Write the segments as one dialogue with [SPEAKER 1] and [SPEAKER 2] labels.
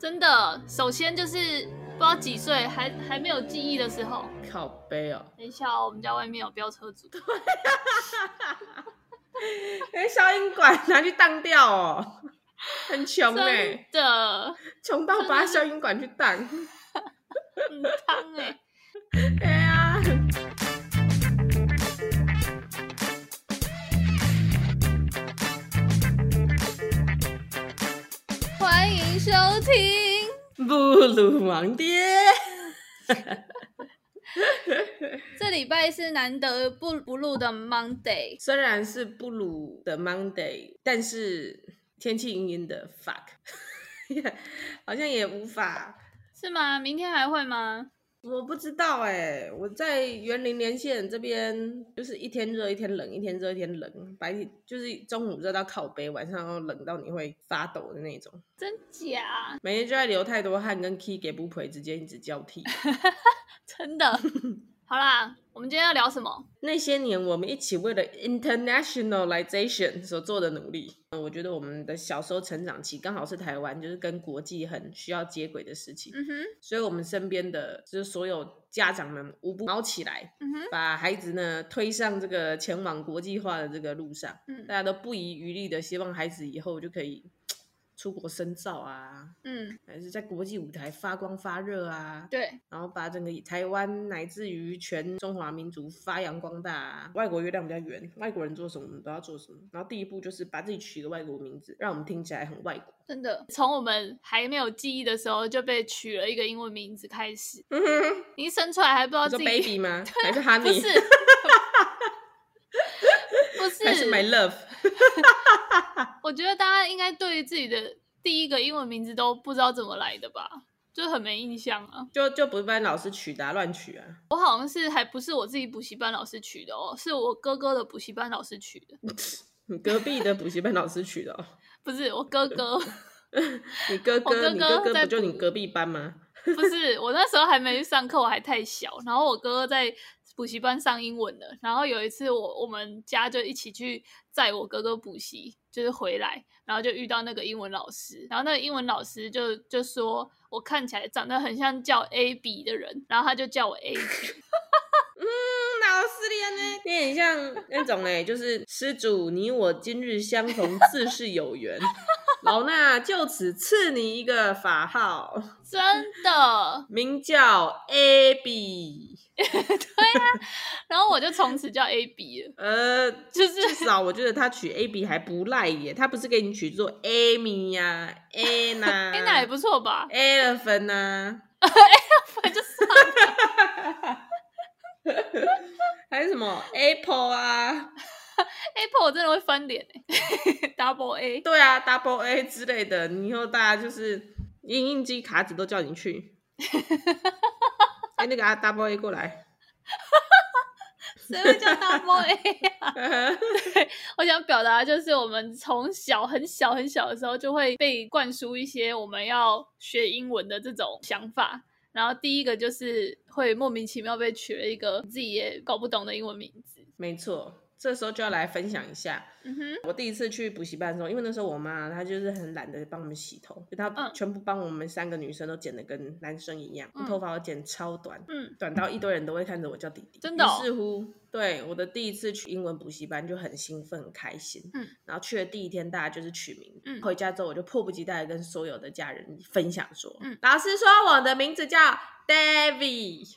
[SPEAKER 1] 真的，首先就是不知道几岁，还还没有记忆的时候。
[SPEAKER 2] 靠背 哦。
[SPEAKER 1] 等一下、哦，我们家外面有飙车族，
[SPEAKER 2] 哎，消音管拿去当掉哦， 很穷哎、
[SPEAKER 1] 真的
[SPEAKER 2] 穷到把消音管去当。
[SPEAKER 1] 很烫哎、
[SPEAKER 2] 哎呀，
[SPEAKER 1] 欢迎收听，
[SPEAKER 2] 布鲁盲爹，
[SPEAKER 1] 这礼拜是难得不不录的 Monday，
[SPEAKER 2] 虽然是布鲁的 Monday，但是天气阴阴的，fuck，好像也无法。
[SPEAKER 1] 是吗？明天还会吗？
[SPEAKER 2] 我不知道哎、我在园林连线这边，就是一天热一天冷，一天热一天冷，白天就是中午热到靠背，晚上要冷到你会发抖的那种。
[SPEAKER 1] 真假？
[SPEAKER 2] 每天就在流太多汗，跟 key 给不赔之间一直交替。
[SPEAKER 1] 真 的。好啦，我们今天要聊什么？
[SPEAKER 2] 那些年，我们一起为了 internationalization 所做的努力，呃我觉得我们的小时候成长期刚好是台湾，就是跟国际很需要接轨的事情，
[SPEAKER 1] 嗯哼，
[SPEAKER 2] 所以我们身边的就是所有家长们无不毛起来，
[SPEAKER 1] 嗯哼，
[SPEAKER 2] 把孩子呢推上这个前往国际化的这个路上，
[SPEAKER 1] 嗯
[SPEAKER 2] 大家都不遗余力的希望孩子以后就可以出国深造啊，
[SPEAKER 1] 嗯，
[SPEAKER 2] 还是在国际舞台发光发热啊，
[SPEAKER 1] 对，
[SPEAKER 2] 然后把整个台湾乃至于全中华民族发扬光大、啊。外国月亮比较圆，外国人做什么我们都要做什么。然后第一步就是把自己取一个外国名字，让我们听起来很外国。
[SPEAKER 1] 真的，从我们还没有记忆的时候就被取了一个英文名字开始，
[SPEAKER 2] 嗯哼，
[SPEAKER 1] 你一生出来还不知道
[SPEAKER 2] 你
[SPEAKER 1] 哦自
[SPEAKER 2] 说
[SPEAKER 1] 己啊
[SPEAKER 2] baby 吗？ 还是
[SPEAKER 1] 不
[SPEAKER 2] honey？
[SPEAKER 1] 是，不是，
[SPEAKER 2] 还是 my love？
[SPEAKER 1] 我觉得大家应该对于自己的第一个英文名字都不知道怎么来的吧，就很没印象啊。
[SPEAKER 2] 就就补习班老师取的、啊，乱取啊。
[SPEAKER 1] 我好像是还不是我自己补习班老师取的哦，是我哥哥的补习班老师取的，
[SPEAKER 2] 你隔壁的补习班老师取的、哦，
[SPEAKER 1] 不是我哥哥，
[SPEAKER 2] 你哥
[SPEAKER 1] 我哥
[SPEAKER 2] 你
[SPEAKER 1] 哥
[SPEAKER 2] 哥哥
[SPEAKER 1] 在
[SPEAKER 2] 不就
[SPEAKER 1] 补
[SPEAKER 2] 你隔壁班吗？
[SPEAKER 1] 不是我那时候还没上课，我还太小。然后我哥哥在补习班上英文的，然后有一次我我们家就一起去载我哥哥补习，就是回来，然后就遇到那个英文老师，然后那个英文老师就就说我看起来长得很像叫 A B 的人，然后他就叫我 A B。
[SPEAKER 2] 老师的呢，你很像那种哎、就是施主，你我今日相逢，自是有缘。老衲就此赐你一个法号，
[SPEAKER 1] 真的。
[SPEAKER 2] 名叫 Abby。
[SPEAKER 1] 然后我就从此叫 A B 了，
[SPEAKER 2] 呃，
[SPEAKER 1] 就是
[SPEAKER 2] 至少我觉得他取 Abby 还不赖耶，他不是给你取做 Amy 呀、Anna、
[SPEAKER 1] 哎，那也不错吧？
[SPEAKER 2] Elephant 呐、
[SPEAKER 1] 反正就是
[SPEAKER 2] 还是什么 Apple 啊，
[SPEAKER 1] Apple 我真的会翻脸哎 ，Double A。
[SPEAKER 2] 对啊，Double A 之类的，你以后大家就是影印机卡纸都叫你去。哎、那个啊，Double A 过来，
[SPEAKER 1] 谁会叫 Double A 啊？我想表达就是，我们从小很小很小的时候就会被灌输一些我们要学英文的这种想法。然后第一个就是会莫名其妙被取了一个自己也搞不懂的英文名字。
[SPEAKER 2] 没错，这时候就要来分享一下，
[SPEAKER 1] 嗯哼，
[SPEAKER 2] 我第一次去补习班的时候，因为那时候我妈她就是很懒得帮我们洗头，就她
[SPEAKER 1] 嗯
[SPEAKER 2] 全部帮我们三个女生都剪得跟男生一样，
[SPEAKER 1] 嗯
[SPEAKER 2] 头发我剪超短，
[SPEAKER 1] 嗯，
[SPEAKER 2] 短到一堆人都会看着我叫弟弟。
[SPEAKER 1] 真的哦
[SPEAKER 2] 于是乎，对我的第一次去英文补习班就很兴奋、很开心。
[SPEAKER 1] 嗯，
[SPEAKER 2] 然后去的第一天，大家就是取名。
[SPEAKER 1] 嗯
[SPEAKER 2] 回家之后我就迫不及待地跟所有的家人分享说，
[SPEAKER 1] 嗯
[SPEAKER 2] 老师说我的名字叫 David。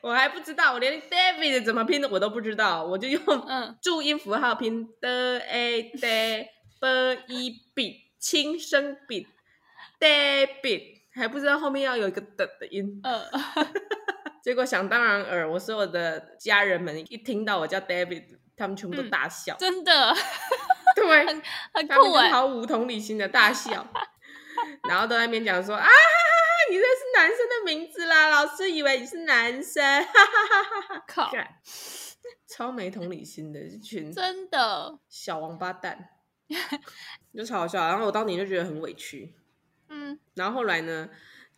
[SPEAKER 2] 我还不知道，我连 David 怎么拼的我都不知道，我就用
[SPEAKER 1] 嗯，
[SPEAKER 2] 注音符号拼的 a d b i b 轻声 b David，还不知道后面要有一个的的音。
[SPEAKER 1] 呃，
[SPEAKER 2] 结果想当然尔，我所有的家人们一听到我叫 David，他们全部都大笑，
[SPEAKER 1] 嗯真的
[SPEAKER 2] 对，
[SPEAKER 1] 很
[SPEAKER 2] 他们
[SPEAKER 1] 酷
[SPEAKER 2] 就
[SPEAKER 1] 哎、
[SPEAKER 2] 毫无同理心的 大笑，然后都在那边讲说啊哈哈哈，你这是男生的名字啦，老师以为你是男生，哈
[SPEAKER 1] 靠，
[SPEAKER 2] 干超没同理心的一群
[SPEAKER 1] 真的，
[SPEAKER 2] 小王八 蛋，就超好笑。然后我当年就觉得很委屈，
[SPEAKER 1] 嗯
[SPEAKER 2] 然后后来呢，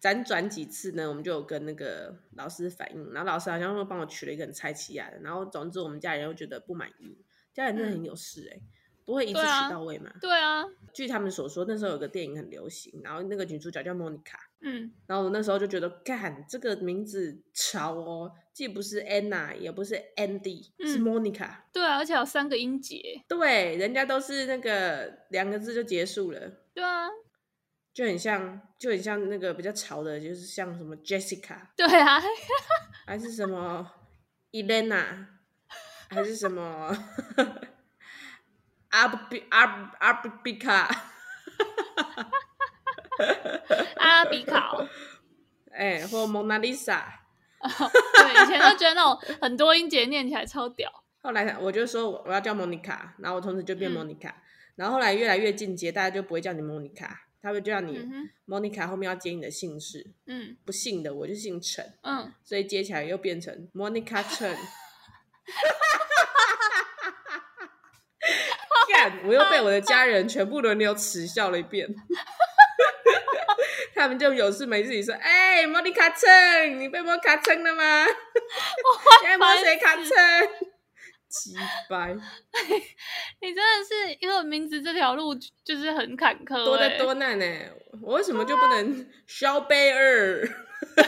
[SPEAKER 2] 辗转几次呢，我们就有跟那个老师反映，然后老师好像又帮我取了一个很菜奇亚的，然后总之我们家人又觉得不满意，家人真的很有事哎、欸。不会一次
[SPEAKER 1] 嗯对啊
[SPEAKER 2] 取到位嘛。
[SPEAKER 1] 对啊，
[SPEAKER 2] 据他们所说，那时候有个电影很流行，然后那个女主角叫莫妮卡，
[SPEAKER 1] 嗯，
[SPEAKER 2] 然后我那时候就觉得，干这个名字潮哦，既不是 Anna，也不是 Andy，、是
[SPEAKER 1] 嗯
[SPEAKER 2] Monica。
[SPEAKER 1] 对啊，而且有三个音节，
[SPEAKER 2] 对，人家都是那个两个字就结束了，
[SPEAKER 1] 对啊，
[SPEAKER 2] 就很像，就很像那个比较潮的，就是像什么 Jessica，
[SPEAKER 1] 对啊，
[SPEAKER 2] 还是什么 Elena，还是什么阿布比阿布阿布比卡，
[SPEAKER 1] 阿拉比卡、哦，
[SPEAKER 2] 哎、或蒙娜丽莎。
[SPEAKER 1] 对，以前都觉得那种很多音节念起来超屌，
[SPEAKER 2] 后来我就说我我要叫莫妮卡，然后我从此就变
[SPEAKER 1] 嗯
[SPEAKER 2] 莫妮卡。然后后来越来越进阶，大家就不会叫你莫妮卡，他会叫
[SPEAKER 1] 嗯
[SPEAKER 2] 你
[SPEAKER 1] 哼，
[SPEAKER 2] 莫妮卡，后面要接你的姓氏。
[SPEAKER 1] 嗯
[SPEAKER 2] 不姓的我就姓陈，
[SPEAKER 1] 嗯，
[SPEAKER 2] 所以接起来又变成 Monica Chen。干！我又被我的家人全部轮流耻笑了一遍。他们就有事没事地说：“哎、莫妮卡称，你被莫卡称了吗？现在莫谁卡称？鸡掰，
[SPEAKER 1] 你真的是因为名字这条路就是很坎坷、欸，
[SPEAKER 2] 多灾多难呢、我为什么就不能肖贝尔？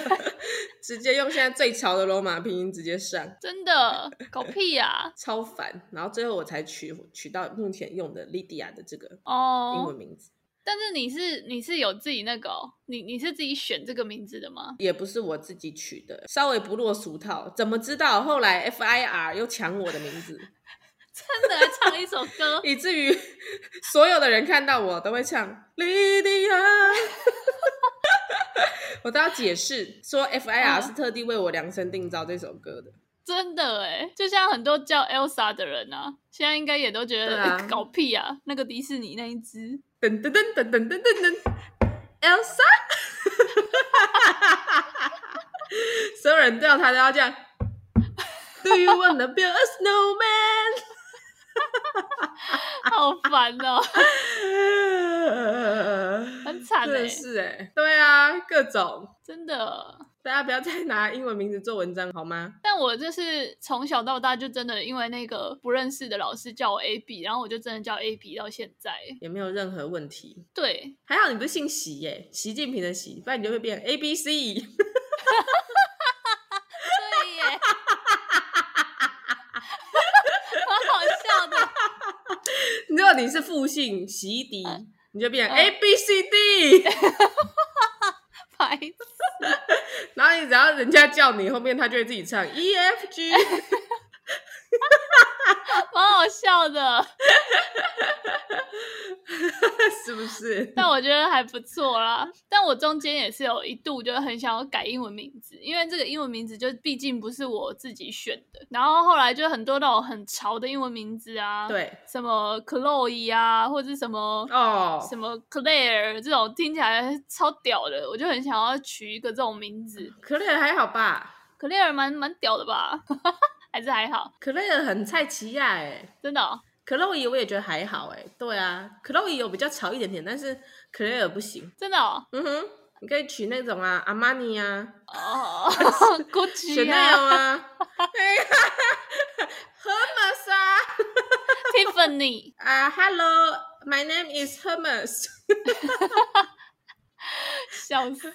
[SPEAKER 2] 直接用现在最潮的罗马拼音直接上。”
[SPEAKER 1] 真的 搞屁啊呀、
[SPEAKER 2] 超烦。然后最后我才取取到目前用的莉迪亚的这个英
[SPEAKER 1] 哦
[SPEAKER 2] 文，名字，
[SPEAKER 1] 但是你是你是有自己那个、哦，你你是自己选这个名字的吗？
[SPEAKER 2] 也不是我自己取的，稍微不落俗套。怎么知道后来 FIR 又抢我的名字，，
[SPEAKER 1] 真的来唱一首歌
[SPEAKER 2] 以至于 所有的人看到我都会唱莉迪亚。 我都要解释说
[SPEAKER 1] 嗯
[SPEAKER 2] FIR 是特地为我量身定造这首歌的。
[SPEAKER 1] 真的哎，就像很多叫 Elsa 的人啊，现在应该也都觉
[SPEAKER 2] 对
[SPEAKER 1] 得、
[SPEAKER 2] 啊
[SPEAKER 1] 欸搞屁啊，那个迪士尼那一只，
[SPEAKER 2] 噔噔噔噔噔噔噔噔，Elsa，所有人叫他都要这样。Do you wanna build a snowman？
[SPEAKER 1] 好烦哦、 很惨
[SPEAKER 2] 真
[SPEAKER 1] 哎、
[SPEAKER 2] 的是哎、对啊，各种，
[SPEAKER 1] 真的。
[SPEAKER 2] 大家不要再拿英文名字做文章好吗？
[SPEAKER 1] 但我就是从小到大就真的因为那个不认识的老师叫我 A B，然后我就真的叫 A B 到现在欸。
[SPEAKER 2] 也没有任何问题。
[SPEAKER 1] 对，
[SPEAKER 2] 还好你不是姓习耶、习近平的习，不然你就会变 A B C。
[SPEAKER 1] 对耶， 蛮好笑的。
[SPEAKER 2] 如果你是复姓习迪，你就
[SPEAKER 1] 嗯
[SPEAKER 2] 变 A B C D。
[SPEAKER 1] 白痴
[SPEAKER 2] 然后你只要人家叫你，后面他就会自己唱 E F G，
[SPEAKER 1] 蛮好笑的，
[SPEAKER 2] 是不是？
[SPEAKER 1] 但我觉得还不错啦。但我中间也是有一度就是很想要改英文名字，因为这个英文名字就毕竟不是我自己选的。然后后来就很多那种很潮的英文名字啊，，
[SPEAKER 2] 对
[SPEAKER 1] 什么 Chloe 啊，或者什么
[SPEAKER 2] 哦，
[SPEAKER 1] 什么 Claire 这种听起来超屌的，我就很想要取一个这种名字。
[SPEAKER 2] 克莱尔还好吧？
[SPEAKER 1] Claire 蛮蛮屌的吧？ 还是还好，
[SPEAKER 2] 克莱尔很菜奇亚哎、
[SPEAKER 1] 真的哦、
[SPEAKER 2] 克洛伊我也觉得还好哎、对啊，克洛伊有比较潮一点点，但是克莱尔不行。
[SPEAKER 1] 真的哦、
[SPEAKER 2] 嗯哼，你可以取那种啊，阿玛尼啊，
[SPEAKER 1] 哦
[SPEAKER 2] 雪
[SPEAKER 1] ，Gucci
[SPEAKER 2] 奈
[SPEAKER 1] 啊
[SPEAKER 2] 啊， 哎呀，Hermes 啊，
[SPEAKER 1] ，Tiffany，
[SPEAKER 2] 啊，Hello，My name is Hermes。
[SPEAKER 1] 笑死！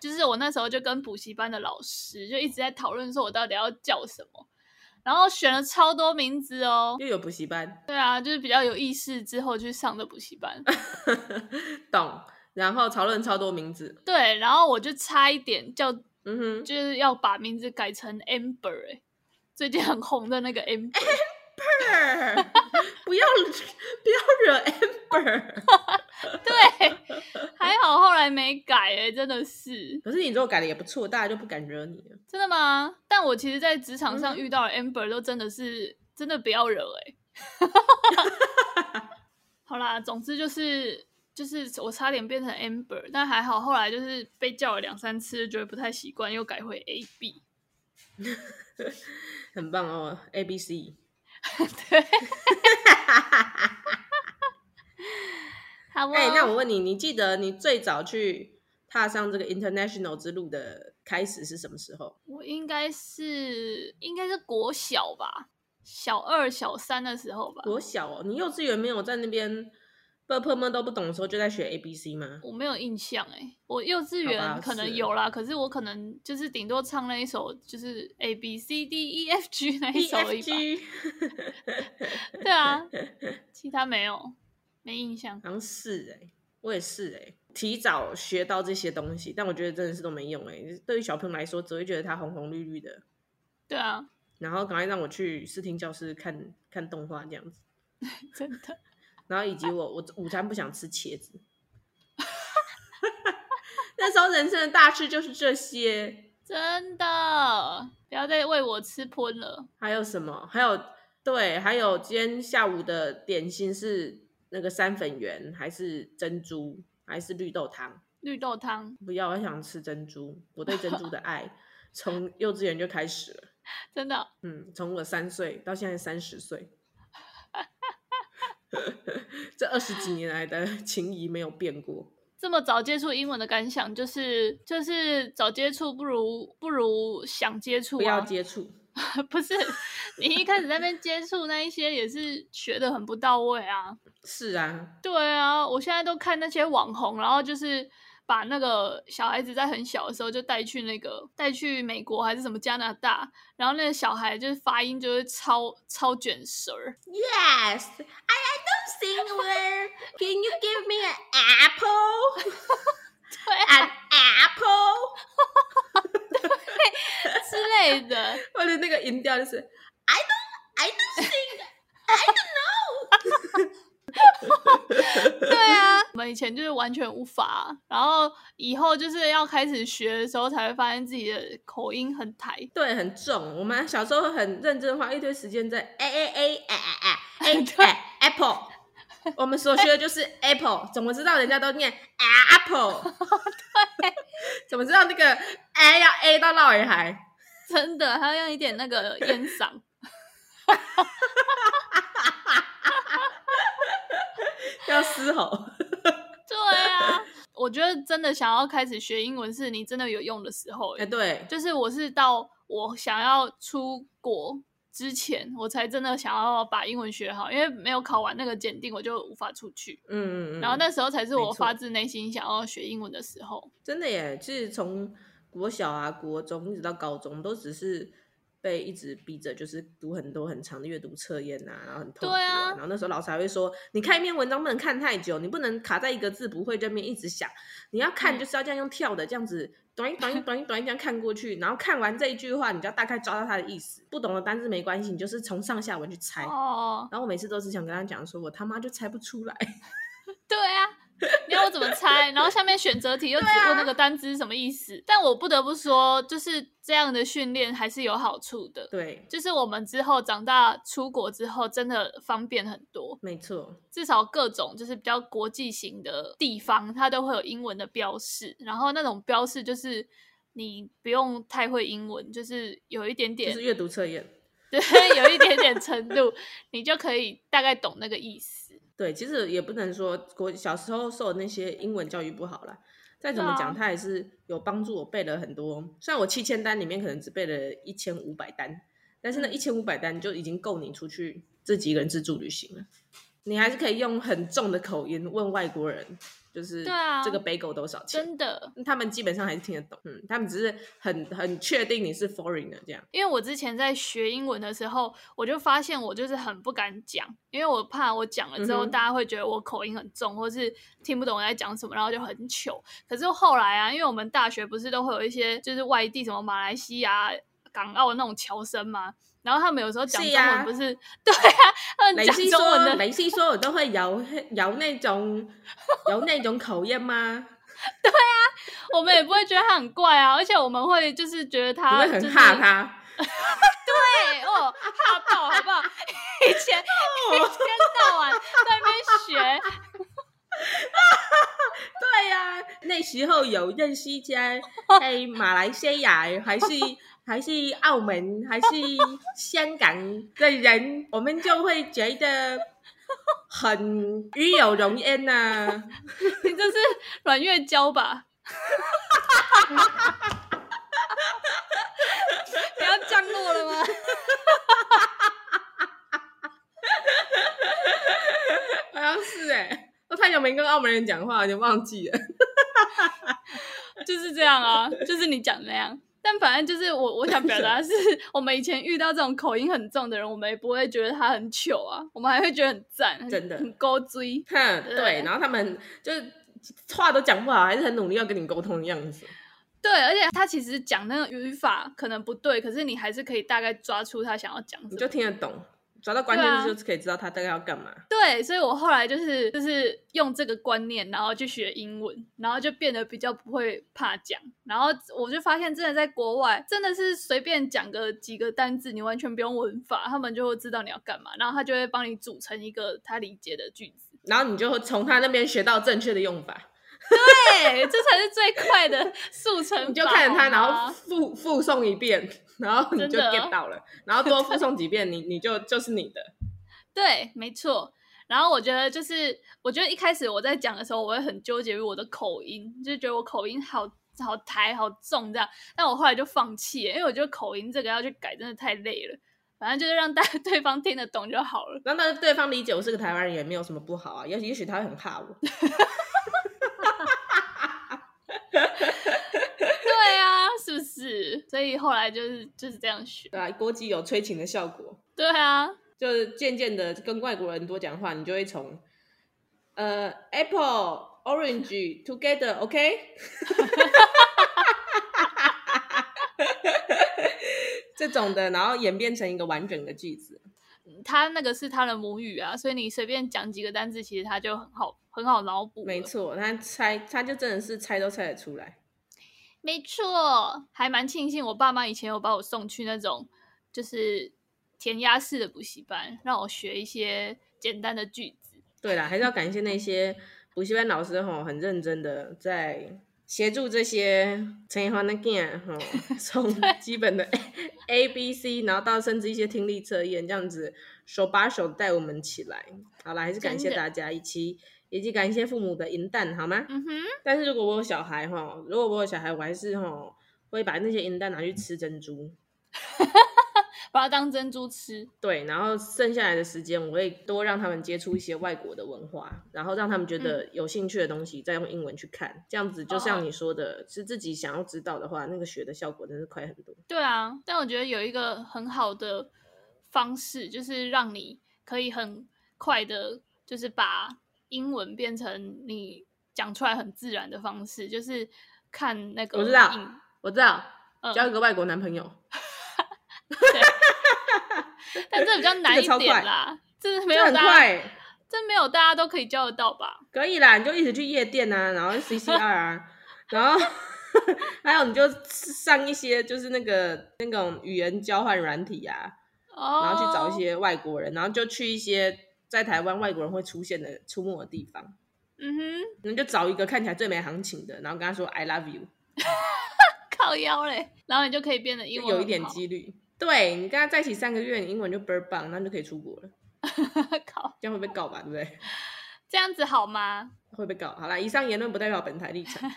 [SPEAKER 1] 就是我那时候就跟补习班的老师就一直在讨论说我到底要叫什么，然后选了超多名字哦。
[SPEAKER 2] 又有补习班，
[SPEAKER 1] 对啊，就是比较有意识之后去上的补习班。
[SPEAKER 2] 懂？然后讨论超多名字，
[SPEAKER 1] 对，然后我就差一点叫
[SPEAKER 2] 嗯哼，
[SPEAKER 1] 就是要把名字改成 Amber 哎、最近很红的那个 Amber，
[SPEAKER 2] Amber，不 要不要惹 Amber。
[SPEAKER 1] 对，还好后来没改哎、真的是
[SPEAKER 2] 可是你如果改的也不错，大家就不敢惹你了。
[SPEAKER 1] 真的吗？但我其实，在职场上
[SPEAKER 2] 嗯
[SPEAKER 1] 遇到的 Amber 都真的是真的不要惹哎、 好啦，总之就是就是我差点变成 Amber，但还好后来就是被叫了两三次，就觉得不太习惯，又改回 A B。
[SPEAKER 2] 很棒哦，A B C。
[SPEAKER 1] 对，好哦。
[SPEAKER 2] 哎、那我问你，你记得你最早去踏上这个 international 之路的开始是什么时候？
[SPEAKER 1] 我应该是应该是国小吧，小二、小三的时候吧。
[SPEAKER 2] 多小哦！你幼稚园没有在那边不不们都不懂的时候就在学 A B C 吗？
[SPEAKER 1] 我没有印象哎、我幼稚
[SPEAKER 2] 好吧
[SPEAKER 1] 园可能
[SPEAKER 2] 是
[SPEAKER 1] 有啦，可是我可能就是顶多唱那一首就是 A B C D E F G 那一
[SPEAKER 2] E
[SPEAKER 1] 首而
[SPEAKER 2] F
[SPEAKER 1] 已吧。
[SPEAKER 2] G，
[SPEAKER 1] 对 啊，其他没有，没印象。
[SPEAKER 2] 好像是哎、我也是哎、提早学到这些东西，但我觉得真的是都没用哎、对于小朋友来说，只会觉得他红红绿绿的，
[SPEAKER 1] 对啊，
[SPEAKER 2] 然后赶快让我去视听教室看看动画这样子，
[SPEAKER 1] 真的。
[SPEAKER 2] 然后以及我我午餐不想吃茄子， 那时候人生的大事就是这些，
[SPEAKER 1] 真的，不要再喂我吃喷了。
[SPEAKER 2] 还有什么？还有对，还有今天下午的点心是那个三粉圆，还是珍珠，还是绿豆汤？
[SPEAKER 1] 绿豆汤
[SPEAKER 2] 不要，我想吃珍珠。我对珍珠的爱从幼稚园就开始了，
[SPEAKER 1] 真的
[SPEAKER 2] 嗯，从我三岁到现在三十岁， 这二十几年来的情谊没有变过。
[SPEAKER 1] 这么早接触英文的感想就是，就是早接触不如不如想接触、啊，
[SPEAKER 2] 不要接触，
[SPEAKER 1] 不 是，你一开始在那边接触那一些也是学的很不到位啊。
[SPEAKER 2] 是啊，
[SPEAKER 1] 对啊，我现在都看那些网红，然后就是把那个小孩子在很小的时候就带去那个带去美国还是什么加拿大，然后那个小孩就是发音就是超超卷舌儿，
[SPEAKER 2] Yes, I, I don't sing well. Can you give me an apple?
[SPEAKER 1] 对啊
[SPEAKER 2] An apple?
[SPEAKER 1] 之类的，
[SPEAKER 2] 我的那个音调就是 I don't, I don't sing.
[SPEAKER 1] 对啊，我们以前就是完全无法，然后以后就是要开始学的时候才会发现自己的口音很台，
[SPEAKER 2] 对，很重。我们小时候很认真花一堆时间在哎 a a a a a a
[SPEAKER 1] 对
[SPEAKER 2] a 哎 apple。我们所学的就是 apple，怎么知道人家都念哎 apple？怎么知道那个 a 要 a 到绕耳还？
[SPEAKER 1] 真的，还要用一点那个烟嗓。
[SPEAKER 2] 要嘶吼？
[SPEAKER 1] 对啊，我觉得真的想要开始学英文，是你真的有用的时候
[SPEAKER 2] 哎、
[SPEAKER 1] 欸。
[SPEAKER 2] 对，
[SPEAKER 1] 就是我是到我想要出国之前，我才真的想要把英文学好，因为没有考完那个检定，我就无法出去。
[SPEAKER 2] 嗯嗯嗯。
[SPEAKER 1] 然后那时候才是
[SPEAKER 2] 没
[SPEAKER 1] 我
[SPEAKER 2] 错
[SPEAKER 1] 发自内心想要学英文的时候。
[SPEAKER 2] 真的耶，其实从国小啊、国中一直到高中，都只是被一直逼着，就是读很多很长的阅读测验啊，然后很痛苦、
[SPEAKER 1] 对啊
[SPEAKER 2] 然后那时候老师还会说，你看一篇文章不能看太久，你不能卡在一个字不会这边一直想，你要看
[SPEAKER 1] 嗯
[SPEAKER 2] 就是要这样用跳的，这样子短一短一短一短一这样看过去，然后看完这一句话，你就要大概抓到它的意思。不懂的单字没关系，你就是从上下文去猜。
[SPEAKER 1] 哦，
[SPEAKER 2] 然后我每次都是想跟他讲说，我他妈就猜不出来。
[SPEAKER 1] 对啊。你要我怎么猜？然后下面选择题又只
[SPEAKER 2] 对啊
[SPEAKER 1] 问那个单词是什么意思。但我不得不说，就是这样的训练还是有好处的。
[SPEAKER 2] 对，
[SPEAKER 1] 就是我们之后长大出国之后，真的方便很多。
[SPEAKER 2] 没错。
[SPEAKER 1] 至少各种就是比较国际型的地方，它都会有英文的标示，然后那种标示就是你不用太会英文，就是有一点
[SPEAKER 2] 就
[SPEAKER 1] 点
[SPEAKER 2] 是，阅读测验，
[SPEAKER 1] 对， 有一点点程度，你就可以大概懂那个意思。
[SPEAKER 2] 对，其实也不能说国小时候受的那些英文教育不好啦，再怎
[SPEAKER 1] 对
[SPEAKER 2] 么
[SPEAKER 1] 啊
[SPEAKER 2] 讲，它也是有帮助我背了很多。虽然我七千单里面可能只背了一千五百单，但是那
[SPEAKER 1] 嗯
[SPEAKER 2] 一千五百单就已经够你出去自己一个人自助旅行了。你还是可以用很重的口音问外国人，就是
[SPEAKER 1] 对啊
[SPEAKER 2] 这个北狗多少钱，嗯
[SPEAKER 1] 真的，
[SPEAKER 2] 他们基本上还是听得懂。嗯，他们只是很很确定你是 foreigner 这样。
[SPEAKER 1] 因为我之前在学英文的时候，我就发现我就是很不敢讲，因为我怕我讲了之后，
[SPEAKER 2] 嗯哼
[SPEAKER 1] 大家会觉得我口音很重，或是听不懂我在讲什么，然后就很糗。可是后来啊，因为我们大学不是都会有一些就是外地什么马来西亚、港澳那种侨生嘛，然后他们有时候讲
[SPEAKER 2] 是
[SPEAKER 1] 中
[SPEAKER 2] 呀
[SPEAKER 1] 文不是， 对啊，他们
[SPEAKER 2] 雷
[SPEAKER 1] 讲
[SPEAKER 2] 西
[SPEAKER 1] 中文
[SPEAKER 2] 说，
[SPEAKER 1] 的，
[SPEAKER 2] 雷西说，我都会摇摇那种摇那种口音吗？
[SPEAKER 1] 我们也不会觉得他很怪啊，而且我们会就是觉得
[SPEAKER 2] 你
[SPEAKER 1] 他、
[SPEAKER 2] 会
[SPEAKER 1] 就是、
[SPEAKER 2] 很怕他。
[SPEAKER 1] 对哦，怕爆好不 好？以 前
[SPEAKER 2] 哦
[SPEAKER 1] 一天到晚在那边学。
[SPEAKER 2] 对呀、那时候有认识一 家在马来西亚，还是还是澳门，还是香港的人，我们就会觉得很与有荣焉呐、
[SPEAKER 1] 你这是阮月娇吧？不要降落了吗？
[SPEAKER 2] 像是哎、我太久没跟澳门人讲话，有点忘记了。
[SPEAKER 1] 就是这样啊，就是你讲的那样。但反正就是我我想表达的是，我们以前遇到这种口音很重的人，我们也不会觉得他很糗啊，我们还会觉得很赞，很
[SPEAKER 2] 真的
[SPEAKER 1] 很勾追。
[SPEAKER 2] 哼，
[SPEAKER 1] 对
[SPEAKER 2] 对，然后他们就是话都讲不好，还是很努力要跟你沟通的样子。
[SPEAKER 1] 对，而且他其实讲那个语法可能不对，可是你还是可以大概抓出他想要讲什
[SPEAKER 2] 你
[SPEAKER 1] 么。
[SPEAKER 2] 就听得懂，找到关
[SPEAKER 1] 对啊
[SPEAKER 2] 键字就是可以知道他大概要干嘛。
[SPEAKER 1] 对，所以我后来就是就是用这个观念，然后去学英文，然后就变得比较不会怕讲。然后我就发现，真的在国外，真的是随便讲个几个单字，你完全不用文法，他们就会知道你要干嘛，然后他就会帮你组成一个他理解的句 子。
[SPEAKER 2] 然后你就会从他那边学到正确的用法，
[SPEAKER 1] 对，这才是最快的速成法。
[SPEAKER 2] 你就看着
[SPEAKER 1] 好吗
[SPEAKER 2] 他，然后附附送一遍， 然后你
[SPEAKER 1] 啊真
[SPEAKER 2] 就
[SPEAKER 1] 的
[SPEAKER 2] get 到了，然后多附送几遍，你你就就是你的。
[SPEAKER 1] 对，没错。然后我觉得就是，我觉得一开始我在讲的时候，我会很纠结于我的口音，就觉得我口音好好台好重这样。但我后来就放弃了，因为我觉得口音这个要去改真的太累了。反正就是让大 对方听得懂就好了。
[SPEAKER 2] 然后但是对方理解我是个台湾人也没有什么不好啊，也也许他会很怕我。
[SPEAKER 1] 对啊，是不是？所以后来就是就是这样学。
[SPEAKER 2] 对啊，国籍有催情的效果，
[SPEAKER 1] 对啊，
[SPEAKER 2] 就是渐渐的跟外国人多讲话，你就会从呃 apple orange together OK，这种的，然后演变成一个完整的句子。
[SPEAKER 1] 他那个是他的母语啊，所以你随便讲几个单字，其实他就很好很好脑补。
[SPEAKER 2] 没。错，他猜，他就真的是猜都猜得出来。
[SPEAKER 1] 没错，还蛮庆幸我爸妈以前有把我送去那种就是填鸭式的补习班，让我学一些简单的句子。
[SPEAKER 2] 对啦，还是要感谢那些补习班老师吼，很认真的在协助这些陈怡华的 g 吼，从基本的 A B C，然后到甚至一些听力测验，这样子手把手带我们起来。好啦，还是感谢
[SPEAKER 1] 真的
[SPEAKER 2] 大家，以及以及感谢父母的银弹，好吗？
[SPEAKER 1] 嗯哼，
[SPEAKER 2] 但是如果我有小孩吼，如果我有小孩，我还是吼会把那些银弹拿去吃珍珠。
[SPEAKER 1] 把它当珍珠吃。
[SPEAKER 2] 对，然后剩下来的时间，我会多让他们接触一些外国的文化，然后让他
[SPEAKER 1] 嗯
[SPEAKER 2] 们觉得有兴趣的东西，再用英文去看。这样子，就
[SPEAKER 1] 哦
[SPEAKER 2] 像你说的，是自己想要知道的话，那个学的效果真是快很多。
[SPEAKER 1] 对啊，但我觉得有一个很好的方式，就是让你可以很快的，就是把英文变成你讲出来很自然的方式，就是看那个
[SPEAKER 2] 我知道
[SPEAKER 1] 影
[SPEAKER 2] 我知道，
[SPEAKER 1] 嗯
[SPEAKER 2] 交一个外国男朋友，
[SPEAKER 1] 但这比较难
[SPEAKER 2] 这
[SPEAKER 1] 一
[SPEAKER 2] 个超
[SPEAKER 1] 点
[SPEAKER 2] 快
[SPEAKER 1] 啦，这没
[SPEAKER 2] 这
[SPEAKER 1] 有啊
[SPEAKER 2] 很
[SPEAKER 1] 大家，
[SPEAKER 2] 快，
[SPEAKER 1] 这没有大家都可以教得到吧？
[SPEAKER 2] 可以啦，你就一直去夜店啊，然后 CCR 啊，然后还有你就上一些就是那个那种语言交换软体啊，
[SPEAKER 1] 哦，
[SPEAKER 2] 然后去找一，些外国人，然后就去一些在台湾外国人会出现的出没的地方。
[SPEAKER 1] 嗯哼，
[SPEAKER 2] 你就找一个看起来最没行情的，然后跟他说 I love you，
[SPEAKER 1] 靠腰嘞，然后你就可以变得英
[SPEAKER 2] 就
[SPEAKER 1] 文
[SPEAKER 2] 有一点
[SPEAKER 1] 很好，
[SPEAKER 2] 几率。对你跟他在一起三个月，你英文就倍儿棒，那你就可以出国了，
[SPEAKER 1] 靠，
[SPEAKER 2] 这样会被告吧？对不对？
[SPEAKER 1] 这样子好吗？
[SPEAKER 2] 会被告。好啦，以上言论不代表本台 立场。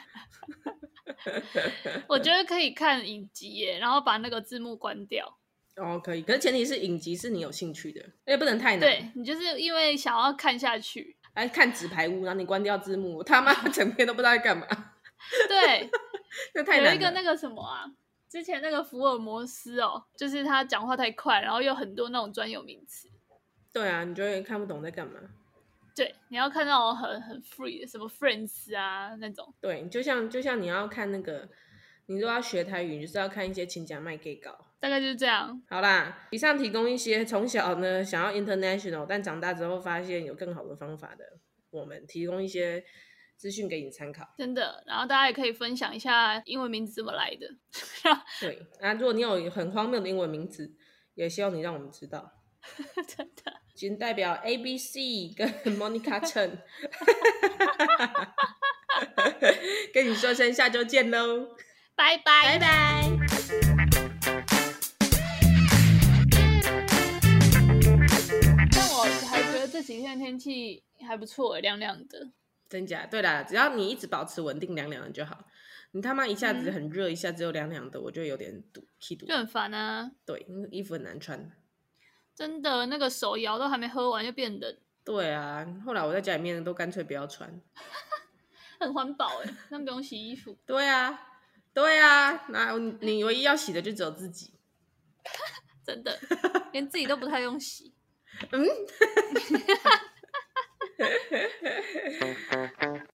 [SPEAKER 1] 我觉得可以看影集耶，然后把那个字幕关掉。
[SPEAKER 2] 哦，可以，可是前提是影集是你有兴趣的，而且不能太难。
[SPEAKER 1] 对，你就是因为想要看下去，
[SPEAKER 2] 来看纸牌屋，然后你关掉字幕，我 他妈整篇都不知道在干嘛，
[SPEAKER 1] 对，
[SPEAKER 2] 那太难了。
[SPEAKER 1] 有一个那个什么啊，之前那个福尔摩斯哦，就是他讲话太快，然后有很多那种专有名词。
[SPEAKER 2] 对啊，你就会看不懂在干嘛。
[SPEAKER 1] 对，你要看那种很很 free 的，什么 Friends 啊那种。
[SPEAKER 2] 对，就像就像你要看那个，你如果要学台语，你就是要看一些请假卖给稿。
[SPEAKER 1] 大概就是这样。
[SPEAKER 2] 好啦，以上提供一些从小呢想要 international，但长大之后发现有更好的方法的，我们提供一些资讯给你参考。
[SPEAKER 1] 真的，然后大家也可以分享一下英文名字怎么来的。
[SPEAKER 2] 对，啊，如果你有很荒谬的英文名字，也希望你让我们知道。
[SPEAKER 1] 真的，
[SPEAKER 2] 仅代表 A B C 跟 Monica Chen，跟你说声下周见喽，
[SPEAKER 1] 拜拜，拜拜。但我还觉得这几天天气还不错，凉凉的。
[SPEAKER 2] 真假？对啦，只要你一直保持稳定凉凉的就好。你他妈一下
[SPEAKER 1] 嗯
[SPEAKER 2] 子很热，一下子又凉凉的，我就有点堵，气堵
[SPEAKER 1] 就。很烦啊。
[SPEAKER 2] 对，因为衣服很难穿。
[SPEAKER 1] 真的，那个手摇都还没喝完就变冷，
[SPEAKER 2] 对啊，后来我在家里面都干脆不要穿。
[SPEAKER 1] 很环保哎、那不用洗衣服。
[SPEAKER 2] 对啊，对啊，那你你唯一要洗的就只有自己。
[SPEAKER 1] 真的，连自己都不太用洗。
[SPEAKER 2] 嗯，